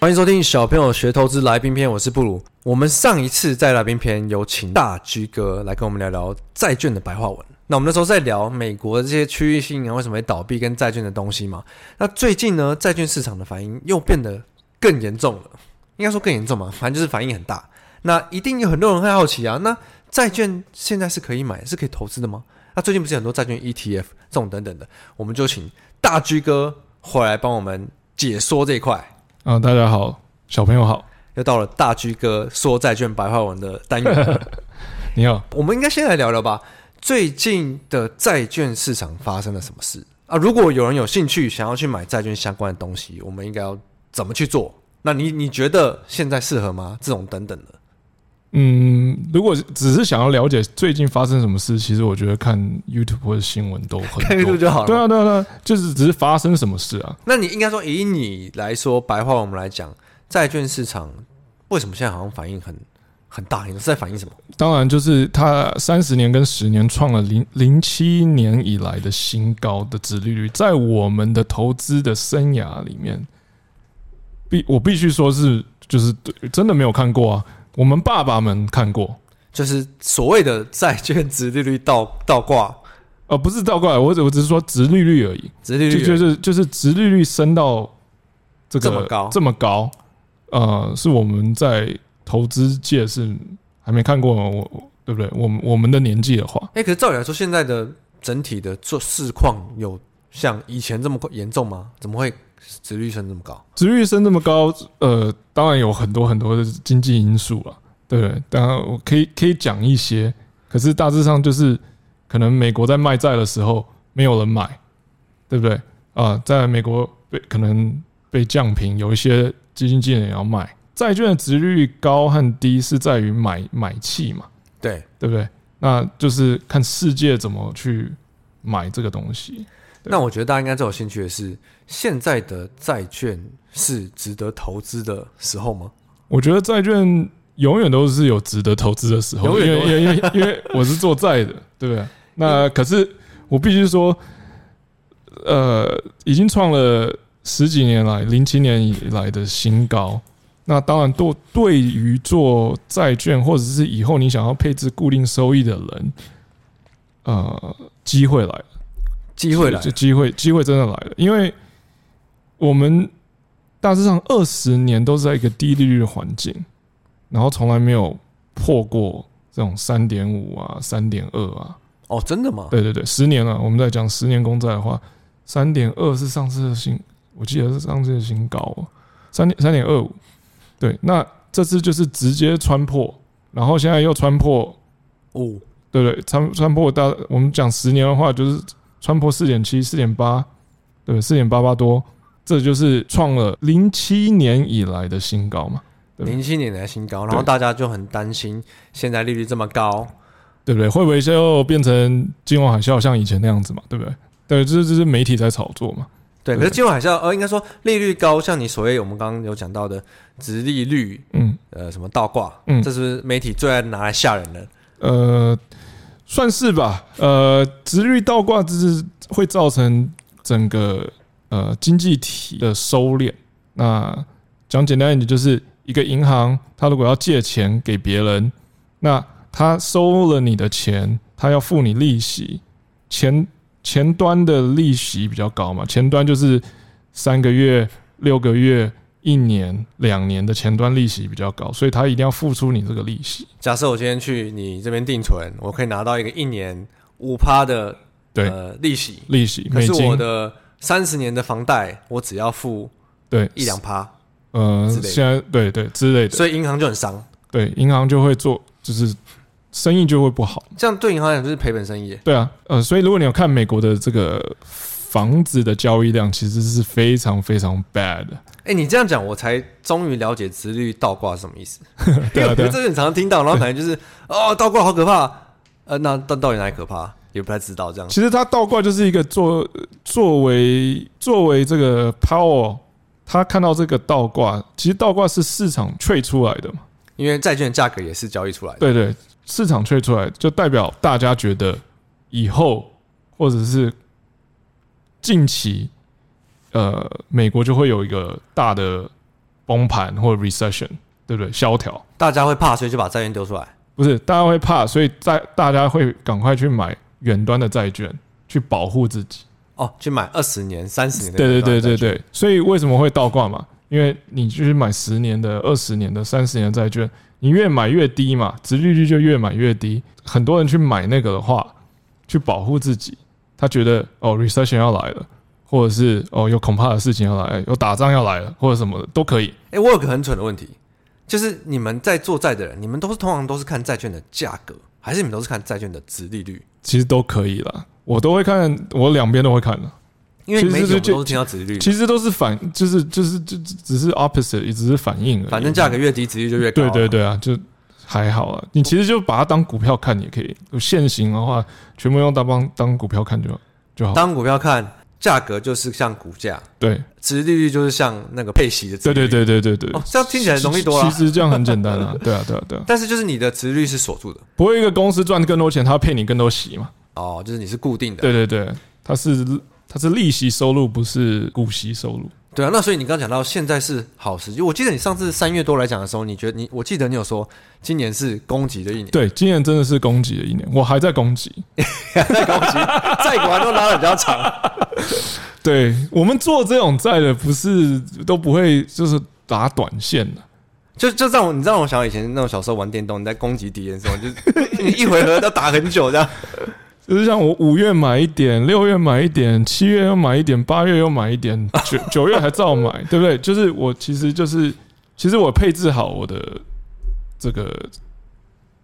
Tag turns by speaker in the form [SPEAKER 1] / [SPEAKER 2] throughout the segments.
[SPEAKER 1] 欢迎收听小朋友学投资来宾篇，我是布鲁。我们上一次在来宾篇有请大居哥来跟我们聊聊债券的白话文。那我们那时候在聊美国这些区域性啊为什么会倒闭跟债券的东西嘛。那最近呢，债券市场的反应又变得更严重了，应该说更严重嘛，反正就是反应很大。那一定有很多人会好奇啊，那债券现在是可以买，是可以投资的吗？那最近不是很多债券 ETF 这种等等的，我们就请大居哥回来帮我们解说这一块。
[SPEAKER 2] 啊、大家好，小朋友好，
[SPEAKER 1] 又到了大居哥说债券白话文的单元，
[SPEAKER 2] 你好。
[SPEAKER 1] 我们应该先来聊聊吧。最近的债券市场发生了什么事啊？如果有人有兴趣想要去买债券相关的东西，我们应该要怎么去做？那你你觉得现在适合吗？这种等等的，
[SPEAKER 2] 嗯，如果只是想要了解最近发生什么事，其实我觉得看 YouTube 或者新闻都很
[SPEAKER 1] 看 YouTube
[SPEAKER 2] 多。
[SPEAKER 1] 就好了。
[SPEAKER 2] 对啊，对啊，对啊，就是只是发生什么事啊？
[SPEAKER 1] 那你应该说，以你来说，白话我们来讲，债券市场为什么现在好像反应很很大？你是在反映什么？
[SPEAKER 2] 当然，就是它三十年跟十年创了零零七年以来的新高的殖利率，在我们的投资的生涯里面，必我必须说是就是真的没有看过啊。我们爸爸们看过，
[SPEAKER 1] 就是所谓的债券值利率倒倒挂，
[SPEAKER 2] 呃，不是倒过来，我只我只是说殖利率而已。
[SPEAKER 1] 值利
[SPEAKER 2] 就
[SPEAKER 1] 率
[SPEAKER 2] 就是就是殖利率升到这个
[SPEAKER 1] 这么高
[SPEAKER 2] 这么高，呃，是我们在投资界是还没看过，我我对不对？我们我们的年纪的话，
[SPEAKER 1] 哎、可是照理来说，现在的整体的做市况有像以前这么严重吗？怎么会值率升这么高？
[SPEAKER 2] 殖利率升这么高，呃，当然有很多很多的经济因素了，对不对？当然我可以可以讲一些，可是大致上就是可能美国在卖债的时候没有人买，对不对？啊、在美国被可能被降平，有一些基金经理也要卖债券的殖利率高和低是在于买买气嘛，
[SPEAKER 1] 对，
[SPEAKER 2] 对不对？那就是看世界怎么去买这个东西。对
[SPEAKER 1] 那我觉得大家应该最有兴趣的是，现在的债券是值得投资的时候吗？
[SPEAKER 2] 我觉得债券永远都是有值得投资的时候，
[SPEAKER 1] 永
[SPEAKER 2] 因
[SPEAKER 1] 远
[SPEAKER 2] 为因为因为因为我是做债的，对不对？那可是我必须说，呃，已经创了十几年来零七年以来的新高。那当然，对对于做债券或者是以后你想要配置固定收益的人，呃，机会来了。
[SPEAKER 1] 机会来
[SPEAKER 2] 就
[SPEAKER 1] 了，
[SPEAKER 2] 机会，机会真的来了，因为我们大致上二十年都是在一个低利率的环境，然后从来没有破过这种三点五啊、三点二啊。
[SPEAKER 1] 哦，真的吗？
[SPEAKER 2] 对对对，十年了，我们在讲十年公债的话，三点二是上次的新，我记得是上次的新高、哦，三点三点二五。对，那这次就是直接穿破，然后现在又穿破
[SPEAKER 1] 五、哦，
[SPEAKER 2] 对不对？川川破大，我们讲十年的话，就是川破四点七、四点八，对不对？四点八八多，这就是创了零七年以来的新高嘛，对
[SPEAKER 1] 零七年来新高，然后
[SPEAKER 2] 对
[SPEAKER 1] 大家就很担心，现在利率这么高，
[SPEAKER 2] 对不对？会不会又变成金融海啸，像以前那样子嘛，对不对？对，这这是媒体在炒作嘛，
[SPEAKER 1] 对，
[SPEAKER 2] 对
[SPEAKER 1] 可是金融海啸，呃，应该说利率高，像你所谓我们刚刚有讲到的值利率，
[SPEAKER 2] 嗯，
[SPEAKER 1] 呃，什么倒挂，
[SPEAKER 2] 嗯
[SPEAKER 1] 这是不是媒体最爱拿来吓人的。
[SPEAKER 2] 呃，算是吧，呃，直率倒挂这是会造成整个呃经济体的收敛。那讲简单一点，就是一个银行，它如果要借钱给别人，那它收了你的钱，它要付你利息，前前端的利息比较高嘛，前端就是三个月、六个月、一年、两年的前端利息比较高，所以它一定要付出你这个利息。
[SPEAKER 1] 假设我今天去你这边定存，我可以拿到一个一年五趴的
[SPEAKER 2] 对
[SPEAKER 1] 呃利息，
[SPEAKER 2] 利息，
[SPEAKER 1] 可
[SPEAKER 2] 美
[SPEAKER 1] 是
[SPEAKER 2] 金
[SPEAKER 1] 我的三十年的房贷我只要付
[SPEAKER 2] 对
[SPEAKER 1] 一两趴，
[SPEAKER 2] 呃
[SPEAKER 1] 之类，的
[SPEAKER 2] 现在对对之类的，
[SPEAKER 1] 所以银行就很伤。
[SPEAKER 2] 对银行就会做，就是生意就会不好。
[SPEAKER 1] 这样对银行来讲就是赔本生意耶。
[SPEAKER 2] 对啊，呃，所以如果你有看美国的这个房子的交易量，其实是非常非常 bad 的。
[SPEAKER 1] 哎、你这样讲，我才终于了解直率倒挂是什么意思。因 为
[SPEAKER 2] 对 啊，
[SPEAKER 1] 我觉
[SPEAKER 2] 对
[SPEAKER 1] 得
[SPEAKER 2] 啊，
[SPEAKER 1] 这个很常听到，然后感觉 就是哦，倒挂好可怕。呃，那到到底哪里可怕？也不太知道这样。
[SPEAKER 2] 其实它倒挂就是一个作作为作为这个 power，他看到这个倒挂，其实倒挂是市场吹出来的嘛。
[SPEAKER 1] 因为债券价格也是交易出来的。
[SPEAKER 2] 对对，市场吹出来就代表大家觉得以后或者是近期，呃，美国就会有一个大的崩盘或 recession，对不对？萧条
[SPEAKER 1] 大家会怕，所以就把债券丢出来。
[SPEAKER 2] 不是大家会怕，所以在大家会赶快去买远端的债券去保护自己。
[SPEAKER 1] 哦，去买二十年、三十年的
[SPEAKER 2] 对
[SPEAKER 1] 远端
[SPEAKER 2] 对
[SPEAKER 1] 的
[SPEAKER 2] 对对
[SPEAKER 1] 债券，
[SPEAKER 2] 对，所以为什么会倒挂嘛？因为你就是买十年的、二十年的、三十年的债券，你越买越低嘛，殖利率就越买越低。很多人去买那个的话，去保护自己，他觉得哦，recession 要来了，或者是哦有恐怕的事情要来，有打仗要来了，或者什么的都可以。
[SPEAKER 1] 哎、我有个很蠢的问题，就是你们在做债的人，你们都是通常都是看债券的价格，还是你们都是看债券的值利率？
[SPEAKER 2] 其实都可以啦。我都会看，我两边都会看的。
[SPEAKER 1] 因为
[SPEAKER 2] 其实
[SPEAKER 1] 每一种
[SPEAKER 2] 就
[SPEAKER 1] 都是听到值利率，
[SPEAKER 2] 其实都是反，就是就是就就只是 opposite，也只是反应而已。
[SPEAKER 1] 反正价格越低，值利率就越高、
[SPEAKER 2] 对对，对啊，就还好啊。你其实就把它当股票看也可以，有现行的话，全部用当当当股票看就就好。
[SPEAKER 1] 当股票看价格就是像股价，
[SPEAKER 2] 对
[SPEAKER 1] 值利率就是像那个配息的值
[SPEAKER 2] 对
[SPEAKER 1] 利
[SPEAKER 2] 对
[SPEAKER 1] 率。
[SPEAKER 2] 对对对对。
[SPEAKER 1] 哦，这样听起来容易多
[SPEAKER 2] 其
[SPEAKER 1] 了
[SPEAKER 2] 其。实这样很简单啊，对啊对啊对啊。
[SPEAKER 1] 但是就是你的值率是锁住的
[SPEAKER 2] 不会一个公司赚更多钱，它配你更多息嘛？
[SPEAKER 1] 哦，就是你是固定的。
[SPEAKER 2] 对对对，它是它是利息收入，不是股息收入。
[SPEAKER 1] 对啊，那所以你刚刚讲到现在是好时机，我记得你上次三月多来讲的时候，你觉得你，我记得你有说今年是攻击的一 年，
[SPEAKER 2] 对，今年真的是攻击的一年，我还在攻击。
[SPEAKER 1] 再攻击，再果然都拉的比较长。
[SPEAKER 2] 对我们做这种债的，不是都不会就是打短线的、
[SPEAKER 1] 就就让我，你让我想到以前那种小时候玩电动，你在攻击敌人的时候，就是你一回合要打很久这样。
[SPEAKER 2] 就是像我五月买一点，六月买一点，七月又买一点，八月又买一点， 九九月还照买，对不对？就是我其实就是其实我配置好我的这个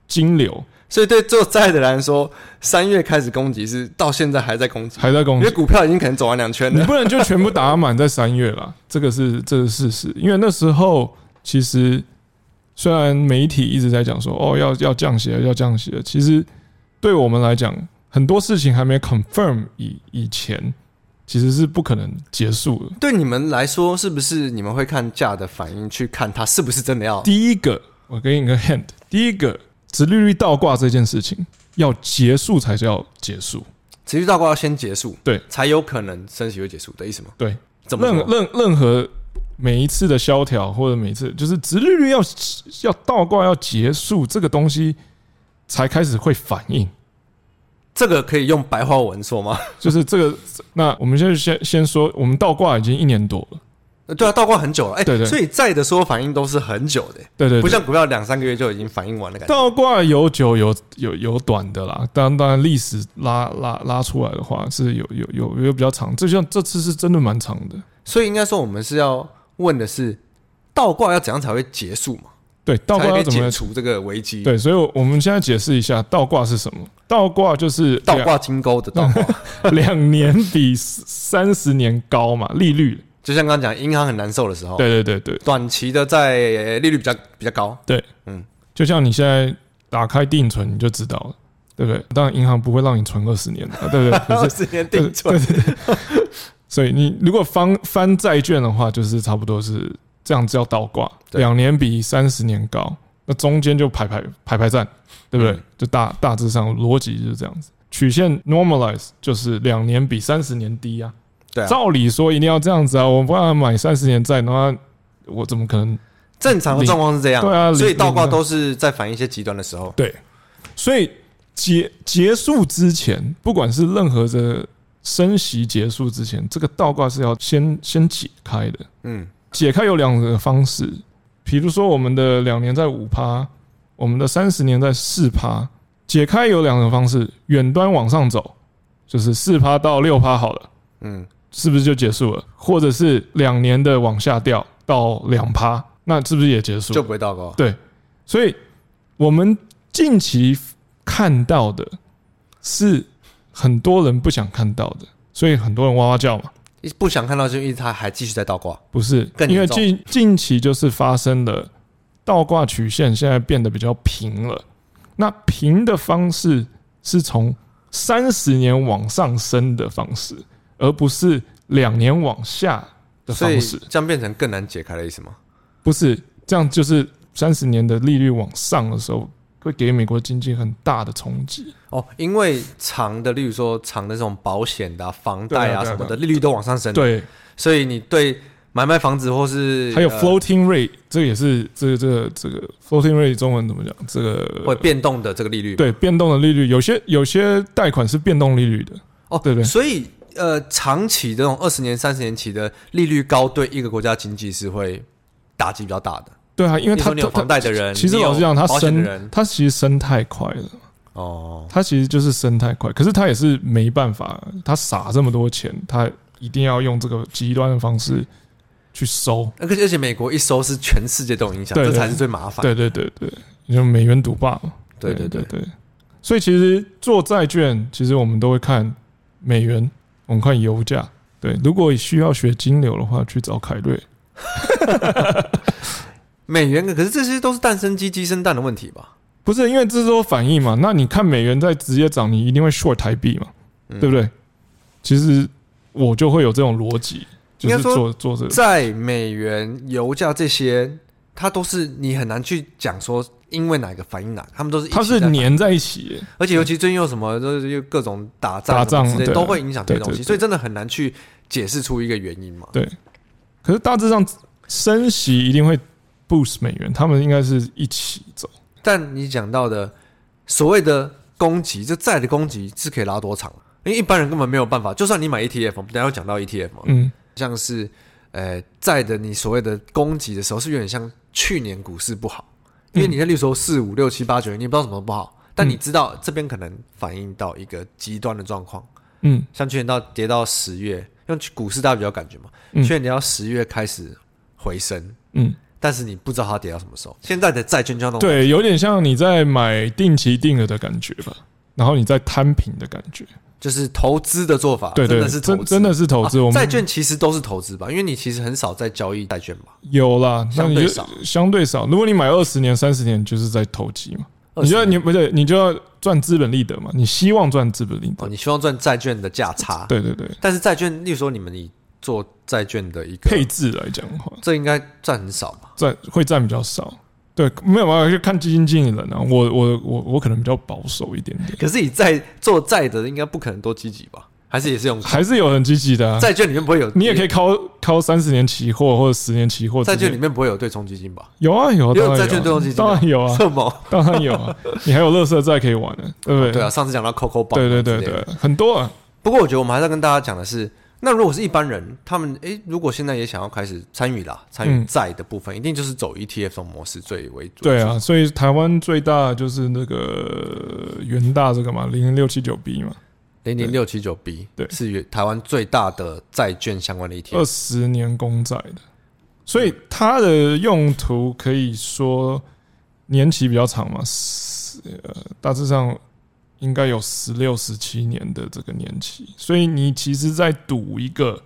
[SPEAKER 2] 金流，
[SPEAKER 1] 所以对做债的来说，三月开始攻击是到现在还在攻击，
[SPEAKER 2] 还在攻
[SPEAKER 1] 因为
[SPEAKER 2] 击。
[SPEAKER 1] 股票已经可能走完两圈
[SPEAKER 2] 你
[SPEAKER 1] 了。
[SPEAKER 2] 不能就全部打满在三月 啦，这个是这是事实。因为那时候其实虽然媒体一直在讲说哦要要降息了要降息了，其实对我们来讲很多事情还没 confirm 以以前，其实是不可能结束的。
[SPEAKER 1] 对你们来说，是不是你们会看价的反应去看它是不是真的要？
[SPEAKER 2] 第一个，我给你个 hint，第一个，直利率倒挂这件事情要结束才叫结束。
[SPEAKER 1] 持续倒挂要先结束，
[SPEAKER 2] 对，
[SPEAKER 1] 才有可能升息会结束的意思吗？
[SPEAKER 2] 对，
[SPEAKER 1] 怎么
[SPEAKER 2] 任
[SPEAKER 1] 说？
[SPEAKER 2] 任任何每一次的萧条或者每一次就是直利率要要倒挂要结束这个东西，才开始会反应。
[SPEAKER 1] 这个可以用白话文说吗？
[SPEAKER 2] 就是这个，那我们先先先说，我们倒挂已经一年多了，
[SPEAKER 1] 呃对啊，倒挂很久了，哎、
[SPEAKER 2] 对对
[SPEAKER 1] 所以债的说反应都是很久的、
[SPEAKER 2] 对对对
[SPEAKER 1] 不像股票两三个月就已经反应完的感觉。
[SPEAKER 2] 倒挂有久有有有短的啦，当然当然历史拉拉拉出来的话是有有有有比较长，就像这次是真的蛮长的。
[SPEAKER 1] 所以应该说，我们是要问的是，倒挂要怎样才会结束嘛？
[SPEAKER 2] 对，倒挂
[SPEAKER 1] 才
[SPEAKER 2] 要
[SPEAKER 1] 会
[SPEAKER 2] 怎么
[SPEAKER 1] 解
[SPEAKER 2] 样
[SPEAKER 1] 除这个危机？，
[SPEAKER 2] 对，所以我们现在解释一下倒挂是什么。倒挂就是
[SPEAKER 1] 倒挂金钩的倒挂，
[SPEAKER 2] 两两年比三十年高嘛，利率。
[SPEAKER 1] 就像刚刚讲，银行很难受的时候，
[SPEAKER 2] 对对对对，
[SPEAKER 1] 短期的在利率比较比较 高，
[SPEAKER 2] 就像你现在打开定存你就知道了，对不对？当然银行不会让你存二十年的、啊对不对？可
[SPEAKER 1] 二
[SPEAKER 2] 是
[SPEAKER 1] 十年定存，
[SPEAKER 2] 所以你如果翻翻债券的话，就是差不多是这样叫倒挂，
[SPEAKER 1] 对
[SPEAKER 2] 两年比三十年高，那中间就排排排排站，对不对？
[SPEAKER 1] 嗯
[SPEAKER 2] 就大大致上逻辑就是这样子。曲线 normalize 就是两年比三十年低啊，
[SPEAKER 1] 对啊
[SPEAKER 2] 照理说一定要这样子啊，我不然买三十年债的话，我怎么可能？
[SPEAKER 1] 正常的状况是这样，
[SPEAKER 2] 对啊
[SPEAKER 1] 所以
[SPEAKER 2] 零
[SPEAKER 1] 倒挂
[SPEAKER 2] 零的
[SPEAKER 1] 都是在反映一些极端的时候。
[SPEAKER 2] 对，所以结结束之前，不管是任何的升息结束之前，这个倒挂是要先先解开的。
[SPEAKER 1] 嗯，
[SPEAKER 2] 解开有两个方式，比如说我们的两年在五趴，我们的三十年在四趴。解开有两个方式，远端往上走，就是四趴到六趴好了，
[SPEAKER 1] 嗯，
[SPEAKER 2] 是不是就结束了？或者是两年的往下掉到两趴，那是不是也结束了？
[SPEAKER 1] 就不会倒挂。
[SPEAKER 2] 对，所以我们近期看到的是很多人不想看到的，所以很多人哇哇叫嘛，
[SPEAKER 1] 一不想看到就因为它还继续在倒挂。
[SPEAKER 2] 不是？
[SPEAKER 1] 更
[SPEAKER 2] 因为
[SPEAKER 1] 严重
[SPEAKER 2] 近近期就是发生了倒挂曲线现在变得比较平了，那平的方式是从三十年往上升的方式，而不是两年往下的
[SPEAKER 1] 所以
[SPEAKER 2] 方式。
[SPEAKER 1] 这样变成更难解开的意思吗？
[SPEAKER 2] 不是这样，就是三十年的利率往上的时候，会给美国经济很大的冲击。
[SPEAKER 1] 哦，因为长的，例如说长的这种保险的啊、房贷
[SPEAKER 2] 对
[SPEAKER 1] 啊
[SPEAKER 2] 啊对啊
[SPEAKER 1] 什么的，
[SPEAKER 2] 对
[SPEAKER 1] 利率都往上升，，
[SPEAKER 2] 对
[SPEAKER 1] 所以你对买卖房子或是
[SPEAKER 2] 还有
[SPEAKER 1] 呃
[SPEAKER 2] floating rate，这个也是这个这个这个 floating rate 中文怎么讲？这个
[SPEAKER 1] 会变动的这个利率嘛。
[SPEAKER 2] 对变动的利率，有些有些贷款是变动利率的，
[SPEAKER 1] 哦，
[SPEAKER 2] 对不对
[SPEAKER 1] 所以呃，长期这种二十年、三十年期的利率高，对一个国家经济是会打击比较大的。
[SPEAKER 2] 对啊，因为
[SPEAKER 1] 例如
[SPEAKER 2] 它
[SPEAKER 1] 说你有
[SPEAKER 2] 它
[SPEAKER 1] 房贷的人，
[SPEAKER 2] 其实
[SPEAKER 1] 你有
[SPEAKER 2] 老实讲，它
[SPEAKER 1] 保险的
[SPEAKER 2] 升
[SPEAKER 1] 人
[SPEAKER 2] 它其实升太快了，
[SPEAKER 1] 哦，
[SPEAKER 2] 它其实就是升太快，可是它也是没办法，它撒这么多钱，它一定要用这个极端的方式去收，
[SPEAKER 1] 而且而且美国一收是全世界都有影响，
[SPEAKER 2] 对
[SPEAKER 1] 这
[SPEAKER 2] 对
[SPEAKER 1] 才是最麻烦。
[SPEAKER 2] 对对对对，就美元独霸嘛。
[SPEAKER 1] 对
[SPEAKER 2] 对
[SPEAKER 1] 对对，
[SPEAKER 2] 对。所以其实做债券，其实我们都会看美元，我们看油价。对，如果需要学金流的话，去找凯瑞。
[SPEAKER 1] 美元可是这些都是蛋生鸡、鸡生蛋的问题吧？
[SPEAKER 2] 不是因为这是说反应嘛？那你看美元在直接涨，你一定会 short 台币嘛，
[SPEAKER 1] 嗯
[SPEAKER 2] 对不对？其实我就会有这种逻辑，就
[SPEAKER 1] 应该
[SPEAKER 2] 是
[SPEAKER 1] 说
[SPEAKER 2] 做做这个。
[SPEAKER 1] 在美元、油价这些，它都是你很难去讲说因为哪个反映哪个，他们都是一起
[SPEAKER 2] 它是
[SPEAKER 1] 在反映
[SPEAKER 2] 粘在一起耶，
[SPEAKER 1] 而且尤其最近又什么，就是又各种打仗
[SPEAKER 2] 嗯打
[SPEAKER 1] 什么
[SPEAKER 2] 仗
[SPEAKER 1] 之类，
[SPEAKER 2] 对
[SPEAKER 1] 都会影响这些东
[SPEAKER 2] 对
[SPEAKER 1] 西，
[SPEAKER 2] 对对
[SPEAKER 1] 所以真的很难去解释出一个原因嘛。
[SPEAKER 2] 可是大致上升息一定会 boost 美元，他们应该是一起走。啊
[SPEAKER 1] 但你讲到的所谓的攻击，这债的攻击是可以拉多长？因为一般人根本没有办法，就算你买 ETF，我们等一下会讲到 ETF 嘛，
[SPEAKER 2] 嗯，
[SPEAKER 1] 像是呃债的你所谓的攻击的时候，是有点像去年股市不好，因为你在例如说四五六七八九，你不知道什么不好，但你
[SPEAKER 2] 嗯
[SPEAKER 1] 知道这边可能反映到一个极端的状况。
[SPEAKER 2] 嗯，
[SPEAKER 1] 像去年到跌到十月，用股市大家比较有感觉嘛，
[SPEAKER 2] 嗯
[SPEAKER 1] 去年跌到十月开始回升，
[SPEAKER 2] 嗯，
[SPEAKER 1] 但是你不知道它跌到什么时候。现在的债券就那种，
[SPEAKER 2] 对，有点像你在买定期定额的感觉吧，然后你在摊平的感觉。
[SPEAKER 1] 就是投资的做法，
[SPEAKER 2] 对
[SPEAKER 1] 啊真
[SPEAKER 2] 对，
[SPEAKER 1] 的是投资，
[SPEAKER 2] 真真的是投资。我
[SPEAKER 1] 啊
[SPEAKER 2] 们
[SPEAKER 1] 债券其实都是投资吧，因为你其实很少在交易债券吧，
[SPEAKER 2] 有啦，那
[SPEAKER 1] 相
[SPEAKER 2] 你
[SPEAKER 1] 对
[SPEAKER 2] 就
[SPEAKER 1] 少
[SPEAKER 2] 相对少。如果你买二十年、三十年，就是在投机嘛。你就
[SPEAKER 1] 20
[SPEAKER 2] 要你不对，你就要赚资本利得嘛。你希望赚资本利
[SPEAKER 1] 哦，
[SPEAKER 2] 得，
[SPEAKER 1] 你希望赚债券的价差，
[SPEAKER 2] 对对对，
[SPEAKER 1] 但是债券，例如说你们你做债券的一个
[SPEAKER 2] 配，置来讲的话，
[SPEAKER 1] 这应该占很少吧？
[SPEAKER 2] 占会占比较少。对，没有办啊法去看基金经理人啊。我我我我可能比较保守一点 点，
[SPEAKER 1] 可是你在做债的，应该不可能多积极吧？还是也是用
[SPEAKER 2] 还是有很积极的、啊。
[SPEAKER 1] 债券里面不会有，
[SPEAKER 2] 你也可以
[SPEAKER 1] 以，
[SPEAKER 2] 靠靠三十年期货或者十年期货之
[SPEAKER 1] 债
[SPEAKER 2] 类的。
[SPEAKER 1] 券里面不会有对冲基金吧？
[SPEAKER 2] 有啊有啊，
[SPEAKER 1] 也有
[SPEAKER 2] 当然
[SPEAKER 1] 债券对冲基金啊
[SPEAKER 2] 当然 有啊，
[SPEAKER 1] 什么？
[SPEAKER 2] 当然有啊，你还有乐色债可以玩呢、对不对？
[SPEAKER 1] 对啊，上次讲到 Coco 棒，
[SPEAKER 2] 对对对对，很多啊，
[SPEAKER 1] 不过我觉得我们还是要跟大家讲的是，那如果是一般人，他们诶，如果现在也想要开始参与啦，参与
[SPEAKER 2] 嗯
[SPEAKER 1] 债的部分，一定就是走 E ETF 这种模式最为主。
[SPEAKER 2] 对啊，所以台湾最大就是那个元大这个嘛，零零六七九 B 嘛，
[SPEAKER 1] 零零六七九 B
[SPEAKER 2] 对
[SPEAKER 1] 是台湾最大的债券相关的 E
[SPEAKER 2] 二
[SPEAKER 1] ETF。
[SPEAKER 2] 十年公债的，所以它的用途可以说年期比较长嘛，十呃，大致上应该有十六、十七年的这个年期，所以你其实在赌一个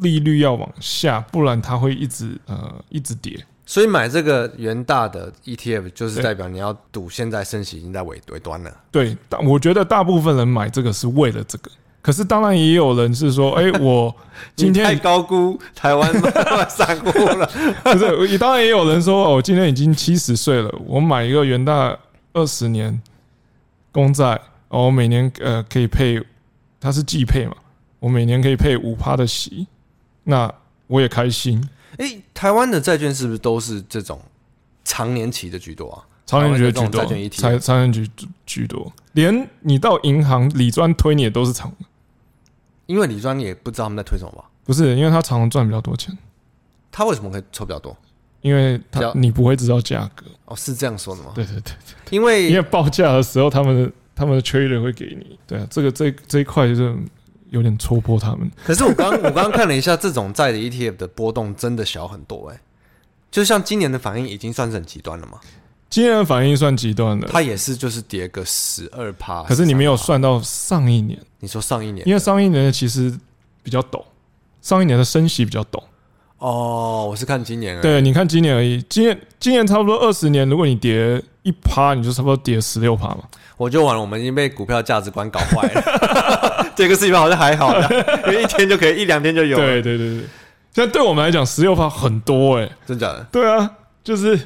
[SPEAKER 2] 利率要往下，不然它会一直呃一直跌。
[SPEAKER 1] 所以买这个元大的 ETF，就是
[SPEAKER 2] 对
[SPEAKER 1] 代表你要赌现在升息已经在尾尾端了。
[SPEAKER 2] 对，但我觉得大部分人买这个是为了这个，可是当然也有人是说，哎、我今
[SPEAKER 1] 你太
[SPEAKER 2] 天
[SPEAKER 1] 高估台湾 散户了。
[SPEAKER 2] 不是，也当然也有人说，哦，我今天已经七十岁了，我买一个元大二十年公债，哦，我每年呃可以配，它是季配嘛，我每年可以配五趴的息，那我也开心，
[SPEAKER 1] 诶，台湾的债券是不是都是这种长年期的居多啊？
[SPEAKER 2] 常年局居
[SPEAKER 1] 台湾的这种
[SPEAKER 2] 多
[SPEAKER 1] 债券 E ETF，
[SPEAKER 2] 常常年局居多，连你到银行理专推你也都是常，
[SPEAKER 1] 因为李专也不知道他们在推什么吧？
[SPEAKER 2] 不是因为他常常赚比较多钱。
[SPEAKER 1] 他为什么可以抽比较多？
[SPEAKER 2] 因为
[SPEAKER 1] 比
[SPEAKER 2] 他
[SPEAKER 1] 较
[SPEAKER 2] 你不会知道价格，
[SPEAKER 1] 哦，是这样说的吗？
[SPEAKER 2] 对对对，
[SPEAKER 1] 因为
[SPEAKER 2] 因为报价的时候，他们的他们的 trader 会给你，对啊，这个这这一块就是有点戳破他们，
[SPEAKER 1] 可是我刚 我刚刚看了一下，这种债的 ETF 的波动真的小很多哎、就像今年的反应已经算是很极端了嘛，
[SPEAKER 2] 今天的反应算极端的，
[SPEAKER 1] 它也是就是跌个十二趴。
[SPEAKER 2] 可是你没有
[SPEAKER 1] 13%，
[SPEAKER 2] 算到上一年，
[SPEAKER 1] 你说上一年
[SPEAKER 2] 因为上一年的其实比较陡，上一年的升息比较陡，
[SPEAKER 1] 哦，我是看今年而已，
[SPEAKER 2] 对，你看今年而已，今年今年差不多二十年，如果你跌一趴，你就差不多跌十六趴嘛，
[SPEAKER 1] 我就完了，我们已经被股票价值观搞坏了。 这个事情好像还好 啦，因为一天就可以，一两天就有了，
[SPEAKER 2] 对对对对，现在对我们来讲十六趴很多哎、
[SPEAKER 1] 真假的？
[SPEAKER 2] 对啊，就是。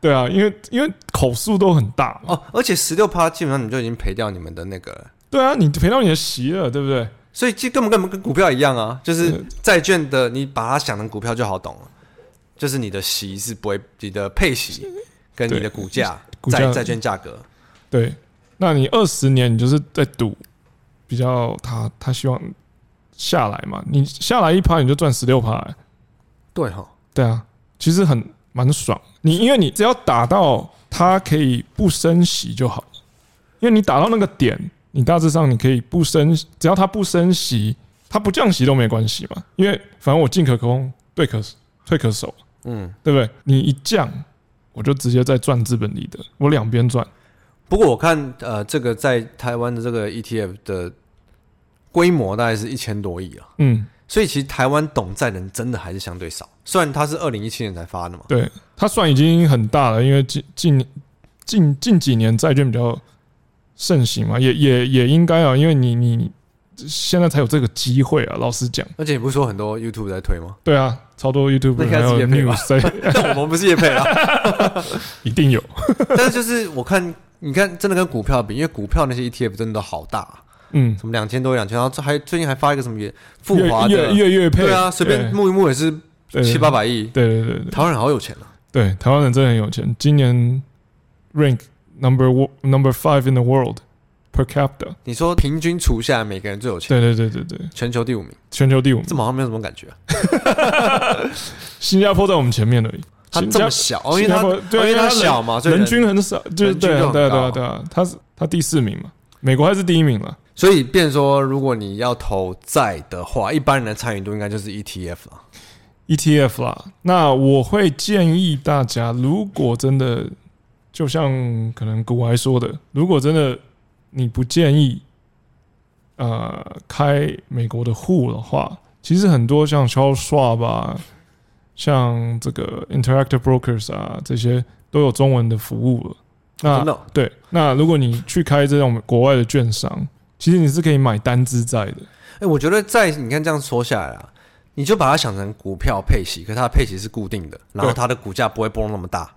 [SPEAKER 2] 对啊，因为因为口数都很大嘛，
[SPEAKER 1] 哦，而且十六趴基本上你就已经赔掉你们的那个，
[SPEAKER 2] 对啊，你赔到你的席了，对不对？
[SPEAKER 1] 所以这根本根本跟股票一样啊，就是债券的，你把它想成股票就好懂了，就是你的息是不会，你的配息跟你的股价
[SPEAKER 2] 股价
[SPEAKER 1] 债债券价格，
[SPEAKER 2] 对，那你二十年你就是在赌，比较他他希望下来嘛，你下来一趴你就赚十六趴，欸
[SPEAKER 1] 对哈，
[SPEAKER 2] 对啊，其实很蛮爽。你因为你只要打到它可以不升息就好，因为你打到那个点，你大致上你可以不升，只要它不升息，它不降息都没关系嘛，因为反正我进可攻，退可退可守，
[SPEAKER 1] 嗯。
[SPEAKER 2] 对不对？你一降，我就直接再赚资本利得，我两边赚。
[SPEAKER 1] 不过我看呃，这个在台湾的这个 ETF 的规模大概是一千多亿啊，
[SPEAKER 2] 嗯，
[SPEAKER 1] 所以其实台湾懂债人真的还是相对少，虽然它是二零一七年才发的嘛，
[SPEAKER 2] 对，它算已经很大了，因为近近近近几年债券比较盛行嘛，也也也应该啊，因为你你现在才有这个机会啊。老实讲，
[SPEAKER 1] 而且你不是说很多 YouTube 在推吗？
[SPEAKER 2] 对啊，超多 YouTube
[SPEAKER 1] 那应
[SPEAKER 2] 还
[SPEAKER 1] 该是
[SPEAKER 2] 有
[SPEAKER 1] 业配吧
[SPEAKER 2] News 在
[SPEAKER 1] 但我们不是也配啊，
[SPEAKER 2] 一定有，
[SPEAKER 1] 但是就是我看，你看真的跟股票比，因为股票那些 ETF 真的都好大、啊
[SPEAKER 2] 嗯，
[SPEAKER 1] 什么两千多、两千，然后这还最近还发一个什么也富
[SPEAKER 2] 越
[SPEAKER 1] 华
[SPEAKER 2] 越
[SPEAKER 1] 的，
[SPEAKER 2] 越越配
[SPEAKER 1] 对啊，随便募一募也是七八
[SPEAKER 2] 百，
[SPEAKER 1] 百亿，
[SPEAKER 2] 对对对对对
[SPEAKER 1] 台湾人好有钱啊，
[SPEAKER 2] 对，台湾人真的很有钱，今年 rank number one- number five in the world per capita，
[SPEAKER 1] 你说平均除下来每个人最有钱，
[SPEAKER 2] 对对对对对，
[SPEAKER 1] 全球第五名，
[SPEAKER 2] 全球第五名，
[SPEAKER 1] 这么好像没有什么感觉、啊，
[SPEAKER 2] 新加坡在我们前面而已，
[SPEAKER 1] 它
[SPEAKER 2] 新
[SPEAKER 1] 这
[SPEAKER 2] 加
[SPEAKER 1] 么小，哦、因为
[SPEAKER 2] 新加
[SPEAKER 1] 它
[SPEAKER 2] 坡对
[SPEAKER 1] 哦因为
[SPEAKER 2] 因为它
[SPEAKER 1] 它小嘛，所以
[SPEAKER 2] 人均很少，就是
[SPEAKER 1] 人均就
[SPEAKER 2] 对啊
[SPEAKER 1] 很
[SPEAKER 2] 对啊对
[SPEAKER 1] 高
[SPEAKER 2] 啊对啊，他是他第四名嘛，美国还是第一名了，
[SPEAKER 1] 所以变成说，如果你要投债的话，一般人的参与度应该就是 ETF 了。
[SPEAKER 2] ETF ，E 啦，那我会建议大家，如果真的就像可能古埃说的，如果真的你不建议呃开美国的户的话，其实很多像 Charles Schwab 啊，像这个 Interactive Brokers 啊，这些都有中文的服务了。那
[SPEAKER 1] 真的哦
[SPEAKER 2] 对，那如果你去开这种国外的券商，其实你是可以买单资债的。
[SPEAKER 1] 哎、我觉得债，你看这样说下来啊，你就把它想成股票配息，可是它的配息是固定的，然后它的股价不会波动那么大。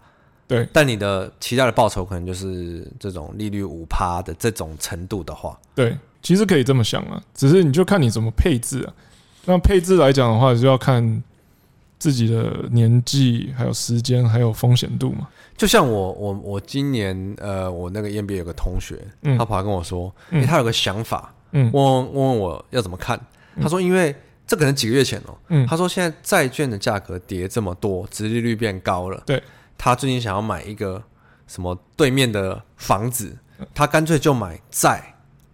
[SPEAKER 2] 对
[SPEAKER 1] 但你的期待的报酬可能就是这种利率五趴的这种程度的话，
[SPEAKER 2] 对，其实可以这么想啊，只是你就看你怎么配置啊。那配置来讲的话，就要看自己的年纪、还有时间、还有风险度嘛。
[SPEAKER 1] 就像我我我今年呃，我那个 EMBA 有个同学，
[SPEAKER 2] 嗯
[SPEAKER 1] 他跑来跟我说，因
[SPEAKER 2] 嗯
[SPEAKER 1] 为他有个想法，
[SPEAKER 2] 嗯
[SPEAKER 1] 问问问我要怎么看。他说，因为这可能几个月前哦、
[SPEAKER 2] 嗯
[SPEAKER 1] 他说现在债券的价格跌这么多，殖利率变高了，
[SPEAKER 2] 对，
[SPEAKER 1] 他最近想要买一个什么对面的房子，他干脆就买债，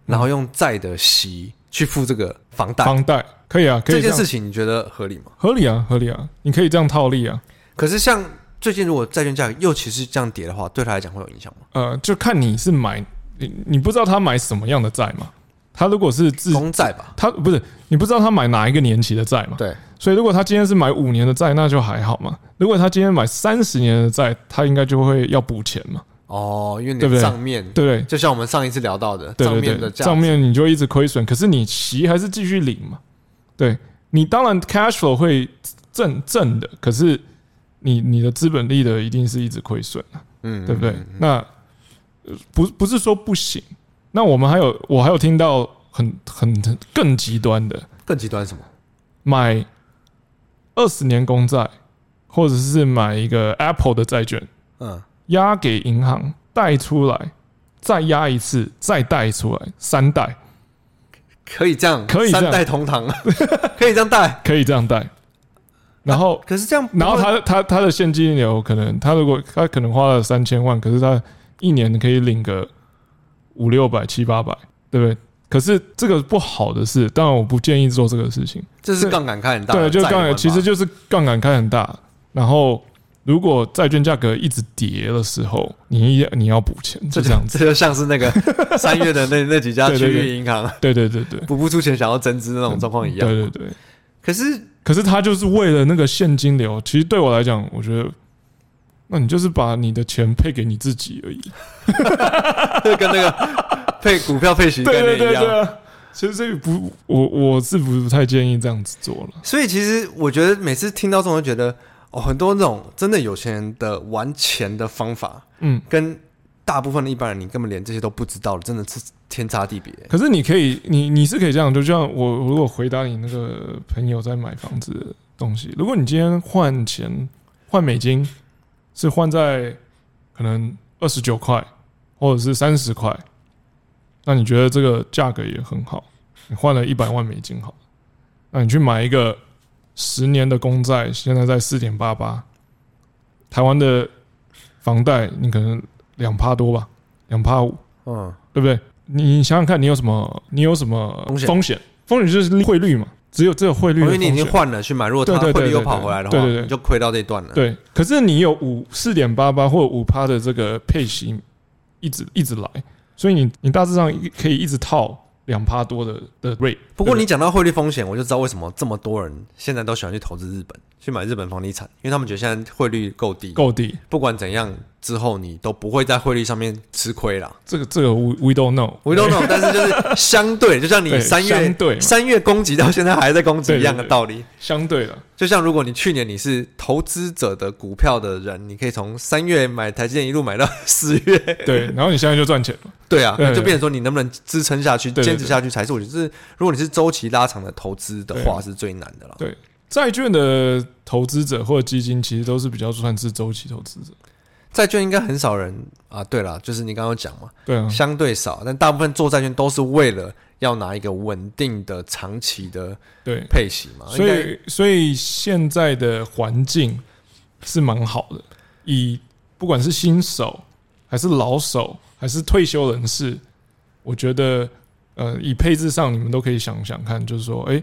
[SPEAKER 1] 然后用债的息去付这个房贷。
[SPEAKER 2] 房贷可以啊，可
[SPEAKER 1] 这
[SPEAKER 2] 以这
[SPEAKER 1] 件
[SPEAKER 2] 样
[SPEAKER 1] 事情你觉得合理吗？
[SPEAKER 2] 合理啊，合理啊，你可以这样套利啊。
[SPEAKER 1] 可是像最近如果债券价格尤其是这样跌的话，对他来讲会有影响吗？
[SPEAKER 2] 呃，就看你是买你，你不知道他买什么样的债嘛。他如果是自
[SPEAKER 1] 公债吧，
[SPEAKER 2] 他不是你不知道他买哪一个年期的债嘛？
[SPEAKER 1] 对，
[SPEAKER 2] 所以如果他今天是买五年的债，那就还好嘛。如果他今天买三十年的债，他应该就会要补钱嘛，
[SPEAKER 1] 哦，因为你
[SPEAKER 2] 对不
[SPEAKER 1] 的
[SPEAKER 2] 对
[SPEAKER 1] 账面，
[SPEAKER 2] 对不对？
[SPEAKER 1] 就像我们上一次聊到的，
[SPEAKER 2] 对
[SPEAKER 1] 账
[SPEAKER 2] 对
[SPEAKER 1] 面的
[SPEAKER 2] 对，
[SPEAKER 1] 价
[SPEAKER 2] 账面你就一直亏损，可是你息还是继续领嘛。对你当然 cash flow 会正正的，可是你你的资本利得一定是一直亏损啊，
[SPEAKER 1] 嗯，
[SPEAKER 2] 对不对
[SPEAKER 1] 嗯？嗯
[SPEAKER 2] 那呃不不是说不行，那我们还有我还有听到很很很更极端的，
[SPEAKER 1] 更极端是什么？
[SPEAKER 2] 买二十年公债，或者是买一个 Apple 的债券，
[SPEAKER 1] 嗯，
[SPEAKER 2] 押给银行贷出来，再押一次，再贷出来，三贷
[SPEAKER 1] 可以这样，
[SPEAKER 2] 可以这样
[SPEAKER 1] 三代同堂， 可以这样带。
[SPEAKER 2] 可以这样贷。然后，
[SPEAKER 1] 可是这样不会，
[SPEAKER 2] 然后他他他的现金流可能，他如果他可能花了三千万，可是他一年可以领个五六百、七八百，对不对？可是这个不好的是，当然我不建议做这个事情。
[SPEAKER 1] 这是杠杆开很大的
[SPEAKER 2] 对，
[SPEAKER 1] 债
[SPEAKER 2] 就
[SPEAKER 1] 的玩法，
[SPEAKER 2] 是杠杆，其实就是杠杆开很大。然后，如果债券价格一直跌的时候，你你要补钱，就
[SPEAKER 1] 这
[SPEAKER 2] 这
[SPEAKER 1] 就
[SPEAKER 2] 样子。
[SPEAKER 1] 这就像是那 个三月的那那几家
[SPEAKER 2] 对
[SPEAKER 1] 区
[SPEAKER 2] 对对
[SPEAKER 1] 域银行
[SPEAKER 2] 对对对对，
[SPEAKER 1] 补不出钱想要增资那种状况一样。
[SPEAKER 2] 对对对。
[SPEAKER 1] 可是
[SPEAKER 2] 可是他就是为了那个现金流，其实对我来讲，我觉得，那你就是把你的钱配给你自己而已。
[SPEAKER 1] 这跟 那个配股票配息概
[SPEAKER 2] 对对
[SPEAKER 1] 念一
[SPEAKER 2] 对
[SPEAKER 1] 样。
[SPEAKER 2] 对啊！其实这个不，我我是不太建议这样子做了。
[SPEAKER 1] 所以其实我觉得每次听到这种，就觉得哦，很多那种真的有钱人的玩钱的方法，
[SPEAKER 2] 嗯，
[SPEAKER 1] 跟大部分的一般人，你根本连这些都不知道了，真的是天差地别。
[SPEAKER 2] 可是你可以，你你是可以这样，就像我我如果回答你那个朋友在买房子的东西，如果你今天换钱换美金，是换在可能二十九块或者是三十块，那你觉得这个价格也很好，你换了一百万美金好了，那你去买一个十年的公债，现在在四点八八，台湾的房贷你可能两趴多吧，两趴五。
[SPEAKER 1] 嗯，
[SPEAKER 2] 对不对？你想想看，你有什么？你有什么
[SPEAKER 1] 风险哦
[SPEAKER 2] 风险？风险就是汇率嘛，只有只有汇率
[SPEAKER 1] 因
[SPEAKER 2] 的风
[SPEAKER 1] 为
[SPEAKER 2] 险。
[SPEAKER 1] 你已经换了去买，如果它
[SPEAKER 2] 对对对
[SPEAKER 1] 汇率又
[SPEAKER 2] 对对
[SPEAKER 1] 跑回来的话，
[SPEAKER 2] 对对对
[SPEAKER 1] 你就亏到这一段了。
[SPEAKER 2] 对，可是你有五四点八八或五趴的这个配息，一直一直来，所以你你大致上一可以一直套两趴多的的 rate。
[SPEAKER 1] 不过
[SPEAKER 2] 对
[SPEAKER 1] 你讲到汇率风险，我就知道为什么这么多人现在都喜欢去投资日本，去买日本房地产，因为他们觉得现在汇率够低，
[SPEAKER 2] 够低，
[SPEAKER 1] 不管怎样，之后你都不会在汇率上面吃亏啦。
[SPEAKER 2] 这个这个 we we don't know。
[SPEAKER 1] We don't know，但是就是相对，就像你
[SPEAKER 2] 对
[SPEAKER 1] 三
[SPEAKER 2] 相
[SPEAKER 1] 月
[SPEAKER 2] 对嘛
[SPEAKER 1] 三月攻击到现在还在攻击一样的
[SPEAKER 2] 对对对
[SPEAKER 1] 道理。
[SPEAKER 2] 相对了，
[SPEAKER 1] 就像如果你去年你是投资者的股票的人，你可以从三月买台积电一路买到四月，
[SPEAKER 2] 对，然后你现在就赚钱了，
[SPEAKER 1] 对啊，
[SPEAKER 2] 对对
[SPEAKER 1] 就变成说你能不能支撑下去、
[SPEAKER 2] 对对
[SPEAKER 1] 坚持下去才是我觉得是，如果你是周期拉长的投资的话，是最难的啦。
[SPEAKER 2] 对债券的投资者或者基金其实都是比较算是周期投资者，
[SPEAKER 1] 债券应该很少人啊，对啦，就是你刚刚讲嘛，
[SPEAKER 2] 对啊，
[SPEAKER 1] 相对少，但大部分做债券都是为了要拿一个稳定的、长期的
[SPEAKER 2] 对，
[SPEAKER 1] 配息嘛，
[SPEAKER 2] 所
[SPEAKER 1] 啊应该
[SPEAKER 2] 以，所以现在的环境是蛮好的，以不管是新手还是老手还是退休人士，我觉得呃，以配置上你们都可以想想看，就是说，诶，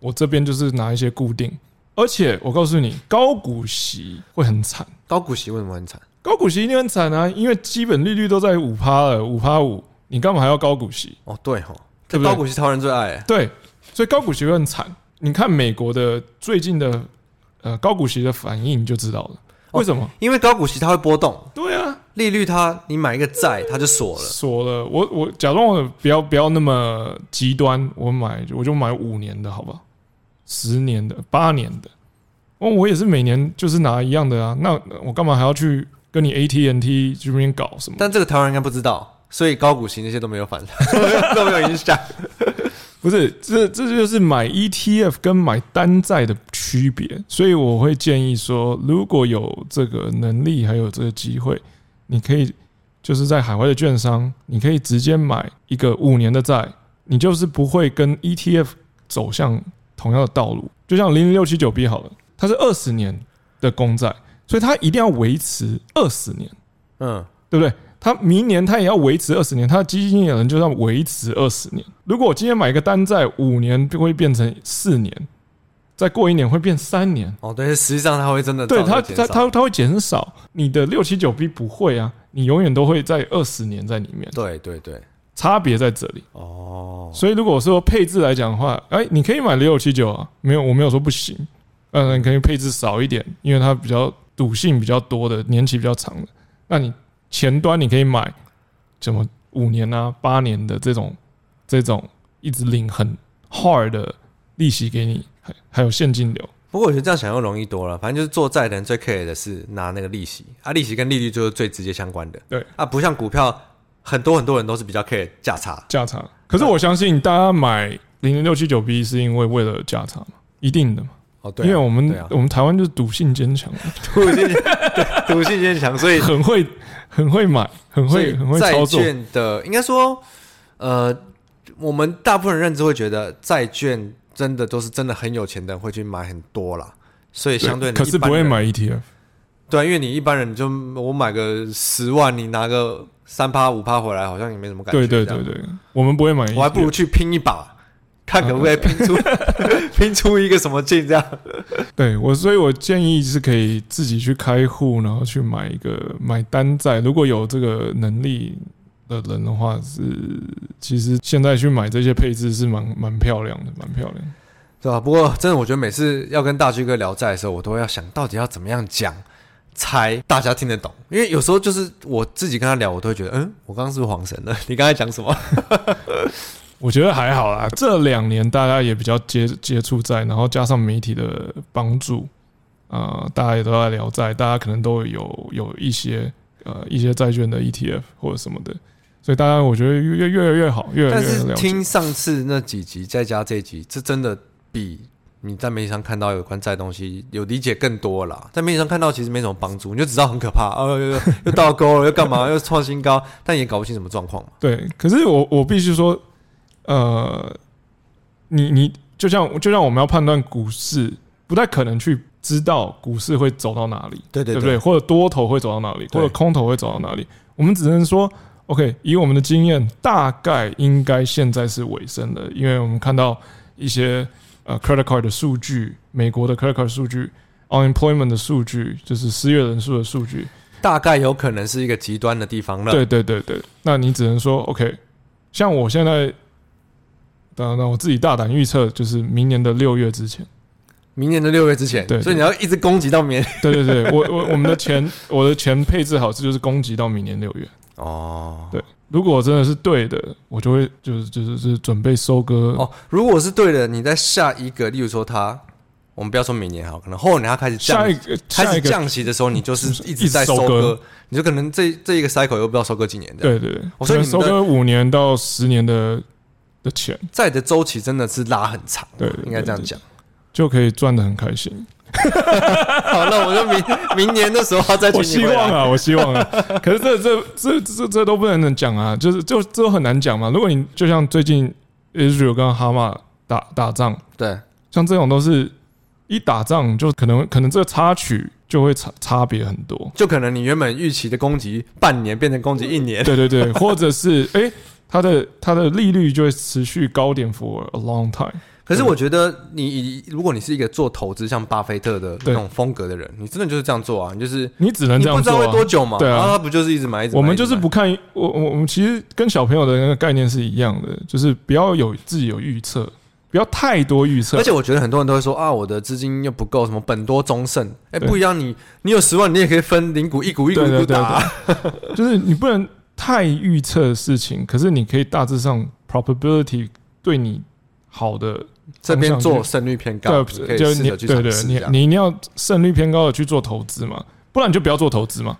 [SPEAKER 2] 我这边就是拿一些固定，而且我告诉你，高股息会很惨，
[SPEAKER 1] 高股息为什么很惨？
[SPEAKER 2] 高股息一定很惨啊，因为基本利率都在五趴了，五趴五，你干嘛还要高股息？
[SPEAKER 1] 哦，对吼，这
[SPEAKER 2] 对不对
[SPEAKER 1] 高股息超人最爱、欸，
[SPEAKER 2] 对，所以高股息会很惨。你看美国的最近的呃高股息的反应，你就知道了。
[SPEAKER 1] 哦
[SPEAKER 2] 为什么？
[SPEAKER 1] 因为高股息它会波动，
[SPEAKER 2] 对啊，
[SPEAKER 1] 利率它你买一个债它就锁了，
[SPEAKER 2] 锁了。我我假装我不要不要那么极端，我买我就买五年的，好吧？十年的、八年的，哦，我也是每年就是拿一样的啊。那我干嘛还要去跟你 AT&T 这边搞什么？
[SPEAKER 1] 但这个台湾人应该不知道，所以高股息那些都没有反， 都没有影响。
[SPEAKER 2] 不是，这这就是买 ETF 跟买单债的区别，所以我会建议说，如果有这个能力还有这个机会，你可以就是在海外的券商，你可以直接买一个五年的债，你就是不会跟 ETF 走向同样的道路。就像零零六七九 B 好了，它是二十年的公债，所以它一定要维持二十年。
[SPEAKER 1] 嗯，
[SPEAKER 2] 对不对？他明年他也要维持二十年，他的基金经理人就要维持二十年。如果我今天买一个单债，五年会变成四年，再过一年会变三年，
[SPEAKER 1] 哦，对，实际上它会真的
[SPEAKER 2] 对
[SPEAKER 1] 造成
[SPEAKER 2] 它
[SPEAKER 1] 减
[SPEAKER 2] 它
[SPEAKER 1] 少
[SPEAKER 2] 它它会减少。你的六七九 B 不会啊，你永远都会在二十年在里面，
[SPEAKER 1] 对对对，
[SPEAKER 2] 差别在这里。
[SPEAKER 1] 哦，
[SPEAKER 2] 所以如果说配置来讲的话，哎，你可以买六七九啊，没有我没有说不行，嗯，你可以配置少一点，因为它比较赌性比较多的，年期比较长的。那你前端你可以买什么五年啊、八年的这种这种一直领很 hard 的利息给你，还还有现金流。
[SPEAKER 1] 不过我觉得这样想要容易多了，反正就是做债的人最 care 的是拿那个利息啊，利息跟利率就是最直接相关的。
[SPEAKER 2] 对
[SPEAKER 1] 啊，不像股票，很多很多人都是比较 care 价差。
[SPEAKER 2] 价差。可是我相信大家买零零六七九 B 是因为为了价差嘛，一定的嘛，
[SPEAKER 1] 哦，对啊、
[SPEAKER 2] 因为我们、
[SPEAKER 1] 对啊
[SPEAKER 2] 我们台湾就是赌性坚强，
[SPEAKER 1] 赌 性赌性坚强，所以
[SPEAKER 2] 很会很会买，很
[SPEAKER 1] 所
[SPEAKER 2] 会
[SPEAKER 1] 以
[SPEAKER 2] 很会
[SPEAKER 1] 债
[SPEAKER 2] 操作。
[SPEAKER 1] 券的应该说，呃，我们大部分人认知会觉得债券真的都是真的很有钱的人会去买很多啦，所以相对你
[SPEAKER 2] 可是
[SPEAKER 1] 一般
[SPEAKER 2] 不会
[SPEAKER 1] 人
[SPEAKER 2] 买 E ETF，
[SPEAKER 1] 对啊，因为你一般人你就我买个十万，你拿个三趴五趴回来，好像也没什么感觉。
[SPEAKER 2] 对对
[SPEAKER 1] 这样，
[SPEAKER 2] 对对，我们不会买 E ETF，
[SPEAKER 1] 我还不如去拼一把，看可不可以拼出 拼出一个什么劲这样。
[SPEAKER 2] 对我，所以我建议是可以自己去开户，然后去买一个买单债，如果有这个能力的人的话，是其实现在去买这些配置是蛮蛮漂亮的，蛮漂亮的。
[SPEAKER 1] 对吧、不过真的，我觉得每次要跟大居哥聊债的时候，我都要想到底要怎么样讲才大家听得懂，因为有时候就是我自己跟他聊，我都会觉得，嗯，我刚刚是不是黄神了？你刚才讲什么？
[SPEAKER 2] 我觉得还好啦，这两年大家也比较接接触在，然后加上媒体的帮助，呃，大家也都在聊在，大家可能都有有一些呃一些债券的 ETF 或者什么的。所以大家我觉得越越越来越好，越来
[SPEAKER 1] 但
[SPEAKER 2] 越
[SPEAKER 1] 是
[SPEAKER 2] 了解。
[SPEAKER 1] 听上次那几集，再加这一集，这真的比你在媒体上看到有关债的东西有理解更多啦。在媒体上看到其实没什么帮助，你就只知道很可怕，哦，又又又倒钩了，又干嘛，又创新高，但也搞不清什么状况嘛。
[SPEAKER 2] 对，可是我我必须说，呃，你你就像就像我们要判断股市，不太可能去知道股市会走到哪里，
[SPEAKER 1] 对对
[SPEAKER 2] 对不对？或者多头会走到哪里，或
[SPEAKER 1] 对
[SPEAKER 2] 者空头会走到哪里？我们只能说，OK，以我们的经验，大概应该现在是尾声了，因为我们看到一些呃 credit card 的数据，美国的 credit card 数据，unemployment 的数据，就是失业人数的数据，
[SPEAKER 1] 大概有可能是一个极端的地方了。
[SPEAKER 2] 对对对对，那你只能说 OK。像我现在，当然了，我自己大胆预测，就是明年的六月之前。
[SPEAKER 1] 明年的六月之前，
[SPEAKER 2] 对对
[SPEAKER 1] 所以你要一直攻击到明年。
[SPEAKER 2] 对对对，我我我们的钱，我的钱配置好，这就是供给到明年六月。
[SPEAKER 1] 哦
[SPEAKER 2] 对如果真的是对的，我就会就是就是就是准备收割。
[SPEAKER 1] 哦，如果是对的，你在下一个，例如说它，我们不要说明年好，可能后年它开始降
[SPEAKER 2] 下一个
[SPEAKER 1] 开
[SPEAKER 2] 下
[SPEAKER 1] 始
[SPEAKER 2] 一个，
[SPEAKER 1] 降息的时候，你就是一直
[SPEAKER 2] 一直
[SPEAKER 1] 在
[SPEAKER 2] 收
[SPEAKER 1] 收
[SPEAKER 2] 割
[SPEAKER 1] 割，你就可能这这一个 cycle 又不知道收割几年的。
[SPEAKER 2] 对对对，
[SPEAKER 1] 哦
[SPEAKER 2] 我
[SPEAKER 1] 所以
[SPEAKER 2] 能
[SPEAKER 1] 你们的
[SPEAKER 2] 收割五年到十年的的钱，
[SPEAKER 1] 债的周期真的是拉很长，
[SPEAKER 2] 对对对
[SPEAKER 1] 应该这样讲。
[SPEAKER 2] 就可以赚的很开心。
[SPEAKER 1] 好，那我就明 明年的时候再请
[SPEAKER 2] 我
[SPEAKER 1] 你
[SPEAKER 2] 希
[SPEAKER 1] 回
[SPEAKER 2] 望
[SPEAKER 1] 来。
[SPEAKER 2] 啊，我希望啊。 可是这这这这这都不能讲啊，就是就这都很难讲嘛。如果你就像最近 Israel 跟哈马打打仗，
[SPEAKER 1] 对，
[SPEAKER 2] 像这种都是一打仗就可能可能这个插曲就会差差别很多。
[SPEAKER 1] 就可能你原本预期的攻击半年变成攻击一年。
[SPEAKER 2] 对对对，或者是诶，它的它的利率就会持续高点 for a long time。
[SPEAKER 1] 可是我觉得你以，如果你是一个做投资像巴菲特的那
[SPEAKER 2] 对
[SPEAKER 1] 种风格的人，你真的就是这样做啊，你就是
[SPEAKER 2] 你只能
[SPEAKER 1] 你
[SPEAKER 2] 这
[SPEAKER 1] 不
[SPEAKER 2] 样
[SPEAKER 1] 知道
[SPEAKER 2] 做、
[SPEAKER 1] 会
[SPEAKER 2] 啊
[SPEAKER 1] 多。久嘛，
[SPEAKER 2] 对啊
[SPEAKER 1] 然后他不就是一直买，一直买
[SPEAKER 2] 我们就是，
[SPEAKER 1] 一直
[SPEAKER 2] 不看我我我们其实跟小朋友的那个概念是一样的，就是不要有自己有预测，不要太多预测
[SPEAKER 1] 买而。且我觉得很多人都会说啊，我的资金又不够，什么本多终胜，哎，
[SPEAKER 2] 对
[SPEAKER 1] 不一样，你你有十万，你也可以分零股一股一股
[SPEAKER 2] 对
[SPEAKER 1] 一
[SPEAKER 2] 对
[SPEAKER 1] 股
[SPEAKER 2] 对
[SPEAKER 1] 打啊，
[SPEAKER 2] 就是你不能太预测事情，可是你可以大致上 probability 对你好的，
[SPEAKER 1] 这边
[SPEAKER 2] 方
[SPEAKER 1] 做
[SPEAKER 2] 向
[SPEAKER 1] 胜率偏高，你可
[SPEAKER 2] 对，
[SPEAKER 1] 以
[SPEAKER 2] 就是
[SPEAKER 1] 试
[SPEAKER 2] 你
[SPEAKER 1] 着去
[SPEAKER 2] 对
[SPEAKER 1] 尝
[SPEAKER 2] 对，
[SPEAKER 1] 试
[SPEAKER 2] 你
[SPEAKER 1] 这样
[SPEAKER 2] 你一定要胜率偏高的去做投资嘛，不然你就不要做投资嘛。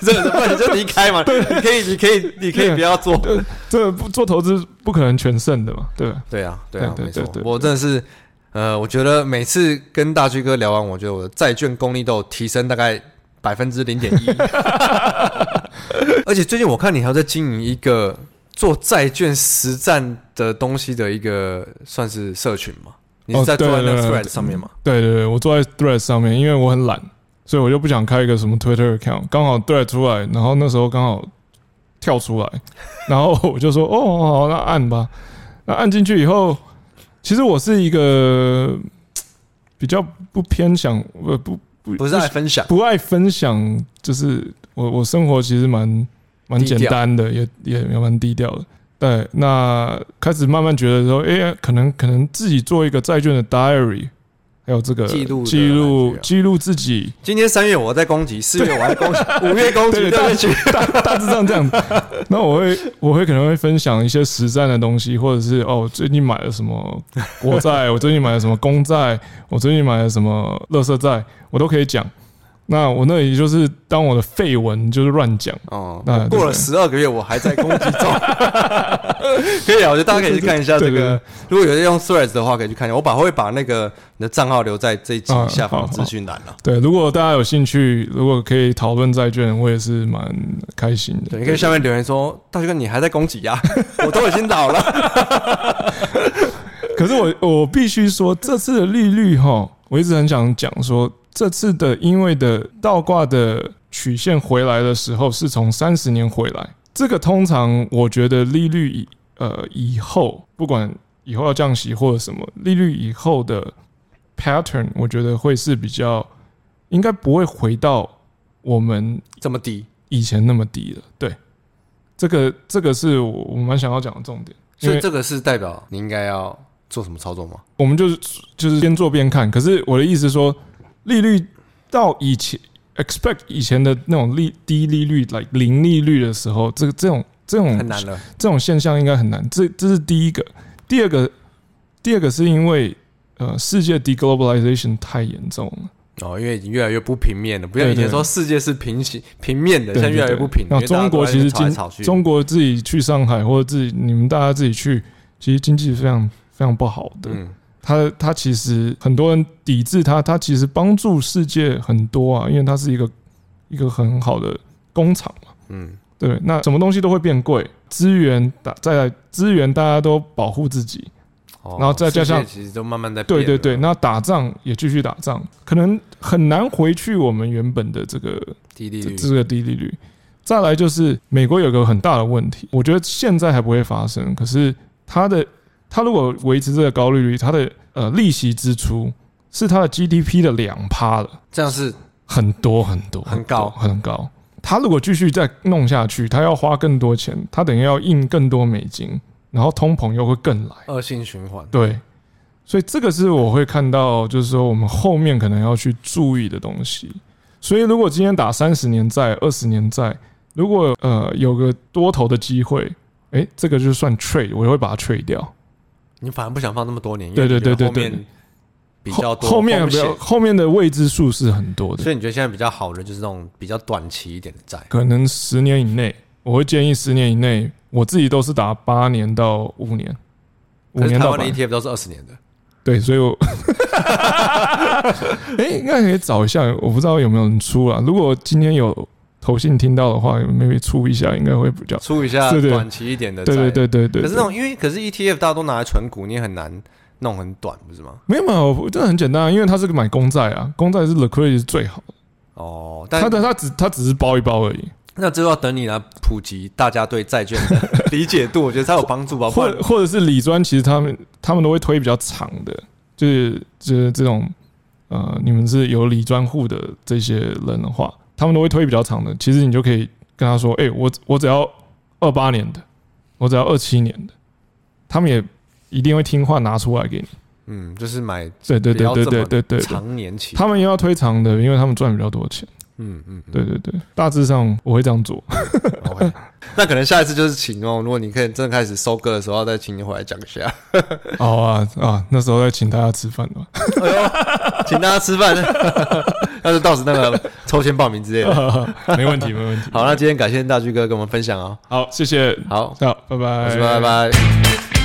[SPEAKER 1] 这个不然你就离开 嘛。你可以，你可以，你可以不要做。
[SPEAKER 2] 对，这个不做投资不可能全胜的嘛，对吧？
[SPEAKER 1] 对啊，对啊，
[SPEAKER 2] 对
[SPEAKER 1] 没错
[SPEAKER 2] 对对对。
[SPEAKER 1] 我真的是，呃，我觉得每次跟大巨哥聊完，我觉得我的债券功力都有提升大概百分之零点一。 而且最近我看你还有在经营一个做债券实战的东西的一个算是社群嘛？你是
[SPEAKER 2] 哦
[SPEAKER 1] 在做在
[SPEAKER 2] 对
[SPEAKER 1] 那个
[SPEAKER 2] 对对
[SPEAKER 1] thread 上面嘛？
[SPEAKER 2] 对对对，我坐在 Thread 上面，因为我很懒，所以我就不想开一个什么 Twitter account。刚好 Thread 出来，然后那时候刚好跳出来，然后我就说：“哦，好，那按吧。”那按进去以后，其实我是一个嘖比较不偏向，呃，不不
[SPEAKER 1] 不是啊在分享，
[SPEAKER 2] 不爱分享，就是我我生活其实蛮蛮简单的，也也也蛮低调的。对，那开始慢慢觉得说，哎、可能可能自己做一个债券的 diary，还有这个
[SPEAKER 1] 记录的
[SPEAKER 2] 记
[SPEAKER 1] 感
[SPEAKER 2] 录
[SPEAKER 1] 觉啊
[SPEAKER 2] 记录自己，
[SPEAKER 1] 今天三月我在攻击，四月我在攻击，五月攻击，
[SPEAKER 2] 对
[SPEAKER 1] 六月去
[SPEAKER 2] 大大致上 这样。那我会我会可能会分享一些实战的东西，或者是哦，我最近买了什么 国债，我最近买了什么公债，我最近买了什么垃圾债，我都可以讲。那我那里就是当我的绯闻，就是乱讲。
[SPEAKER 1] 哦
[SPEAKER 2] 啊，
[SPEAKER 1] 过了
[SPEAKER 2] 对对
[SPEAKER 1] 十二个月，我还在攻击中。 可以啊，我觉得大家可以去看一下这
[SPEAKER 2] 对对
[SPEAKER 1] 个
[SPEAKER 2] 对。
[SPEAKER 1] 如果有人用 Threads 的话，可以去看一下。我把会把那个你的账号留在这一集
[SPEAKER 2] 啊
[SPEAKER 1] 下方
[SPEAKER 2] 好
[SPEAKER 1] 资讯栏了。
[SPEAKER 2] 对，如果大家有兴趣，如果可以讨论债券，我也是蛮开心的。
[SPEAKER 1] 对，你可以下面留言说：“大哥，你还在攻击呀？ 我都已经老了。
[SPEAKER 2] 可是我我必须说，这次的利率哈，我一直很想讲说，这次的因为的倒挂的曲线回来的时候，是从三十年回来。这个通常我觉得利率以呃以后，不管以后要降息或者什么，利率以后的 pattern，我觉得会是比较应该不会回到我们”
[SPEAKER 1] 这么低，
[SPEAKER 2] 以前那么低了。对，这个这个是我我蛮想要讲的重点，因
[SPEAKER 1] 所以
[SPEAKER 2] 为
[SPEAKER 1] 这个是代表你应该要做什么操作吗？
[SPEAKER 2] 我们就是就是边做边看。可是我的意思是说，利率到以前 expect 以前的那种利低利率，like 零利率的时候，这个这种这种
[SPEAKER 1] 很难了。
[SPEAKER 2] 这种现象应该很难。这这是第一个，第二个第二个是因为呃世界 deglobalization 太严重了。
[SPEAKER 1] 哦，因为已经越来越不平面了，不像以前说世界是平行平面的，
[SPEAKER 2] 对
[SPEAKER 1] 现在
[SPEAKER 2] 对
[SPEAKER 1] 越来越
[SPEAKER 2] 对
[SPEAKER 1] 不平。
[SPEAKER 2] 那
[SPEAKER 1] 因为大
[SPEAKER 2] 中
[SPEAKER 1] 家都
[SPEAKER 2] 国
[SPEAKER 1] 在
[SPEAKER 2] 其实
[SPEAKER 1] 那边吵来吵
[SPEAKER 2] 经
[SPEAKER 1] 去
[SPEAKER 2] 中国自己去上海，或者自己你们大家自己去，其实经济非常非常不好的。
[SPEAKER 1] 嗯
[SPEAKER 2] 他他其实很多人抵制他，他其实帮助世界很多啊，因为它是一个一个很好的工厂嘛。
[SPEAKER 1] 嗯
[SPEAKER 2] 对，那什么东西都会变贵，资源大再来资源大家都保护自己，
[SPEAKER 1] 哦，
[SPEAKER 2] 然后再加上
[SPEAKER 1] 世界其实都慢慢在变
[SPEAKER 2] 对
[SPEAKER 1] 了
[SPEAKER 2] 对对，，那打仗也继续打仗，可能很难回去我们原本的这个
[SPEAKER 1] 低利
[SPEAKER 2] 这
[SPEAKER 1] 率
[SPEAKER 2] 这个低利率。再来就是美国有个很大的问题，我觉得现在还不会发生，可是它的它如果维持这个高利率，它的呃利息支出是它的 GDP 的两趴了，
[SPEAKER 1] 这样是
[SPEAKER 2] 很多很多
[SPEAKER 1] 很高
[SPEAKER 2] 很多很高。它如果继续再弄下去，它要花更多钱，它等于要印更多美金，然后通膨又会更来。
[SPEAKER 1] 恶性循环。
[SPEAKER 2] 对，所以这个是我会看到，就是说我们后面可能要去注意的东西。所以如果今天打三十年债、二十年债，如果呃有个多头的机会，诶，这个就算 trade，我会把它 trade 掉。
[SPEAKER 1] 你反而不想放那么多年，
[SPEAKER 2] 对
[SPEAKER 1] 因为
[SPEAKER 2] 对
[SPEAKER 1] 你觉得
[SPEAKER 2] 对
[SPEAKER 1] 后
[SPEAKER 2] 对
[SPEAKER 1] 面比较
[SPEAKER 2] 后
[SPEAKER 1] 多
[SPEAKER 2] 后面
[SPEAKER 1] 风
[SPEAKER 2] 比
[SPEAKER 1] 险
[SPEAKER 2] 较后面的未知数是很多的，
[SPEAKER 1] 所以你觉得现在比较好的就是那种比较短期一点的债，
[SPEAKER 2] 可能十年以内，我会建议十年以内，我自己都是打八年到五年，五
[SPEAKER 1] 可是
[SPEAKER 2] 年
[SPEAKER 1] 台
[SPEAKER 2] 到
[SPEAKER 1] 湾
[SPEAKER 2] 八
[SPEAKER 1] 的
[SPEAKER 2] 年。
[SPEAKER 1] ETF 都是二十年的，
[SPEAKER 2] 对，所 以我，哎、应该可以找一下，我不知道有没有人出啊。如果今天有投信听到的话，maybe 出一下，应该会比较。
[SPEAKER 1] 出一下
[SPEAKER 2] 对对
[SPEAKER 1] 短期一点的债。
[SPEAKER 2] 对对对对对。
[SPEAKER 1] 可是那种因为可是 ETF 大家都拿来存股，你也很难弄很短，不是吗？
[SPEAKER 2] 没有没有，这很简单啊，因为它是个买公债啊，公债是 liquidity 是最好的，
[SPEAKER 1] 哦，但
[SPEAKER 2] 它的它只它只是包一包而已，
[SPEAKER 1] 那就要等你来普及大家对债券的理解度，我觉得才有帮助吧。哦不
[SPEAKER 2] 或
[SPEAKER 1] 然
[SPEAKER 2] 者或者是理专，其实他们他们都会推比较长的，就是就是这种呃，你们是有理专户的这些人的话，他们都会推比较长的。其实你就可以跟他说，哎、我我只要二八年的，我只要二七年的，他们也一定会听话拿出来给你。
[SPEAKER 1] 嗯，就是买
[SPEAKER 2] 对对
[SPEAKER 1] 不
[SPEAKER 2] 对
[SPEAKER 1] 要
[SPEAKER 2] 对
[SPEAKER 1] 这么
[SPEAKER 2] 对对对对，
[SPEAKER 1] 长年期。
[SPEAKER 2] 他们又要推长的，因为他们赚比较多钱。
[SPEAKER 1] 嗯嗯，嗯
[SPEAKER 2] 对对对，大致上我会这样 做。
[SPEAKER 1] OK，那可能下一次就是请哦，如果你可以真的开始收割的时候，再请你回来讲一下，
[SPEAKER 2] 好啊啊，那时候再请大家吃饭吧。
[SPEAKER 1] 哎请大家吃饭， 那就到时那个抽签报名之类的。
[SPEAKER 2] 没问题没问题。
[SPEAKER 1] 好，那今天感谢大巨哥跟我们分享哦。
[SPEAKER 2] 好，谢谢。
[SPEAKER 1] 好，
[SPEAKER 2] 好，拜拜，
[SPEAKER 1] 我是拜拜。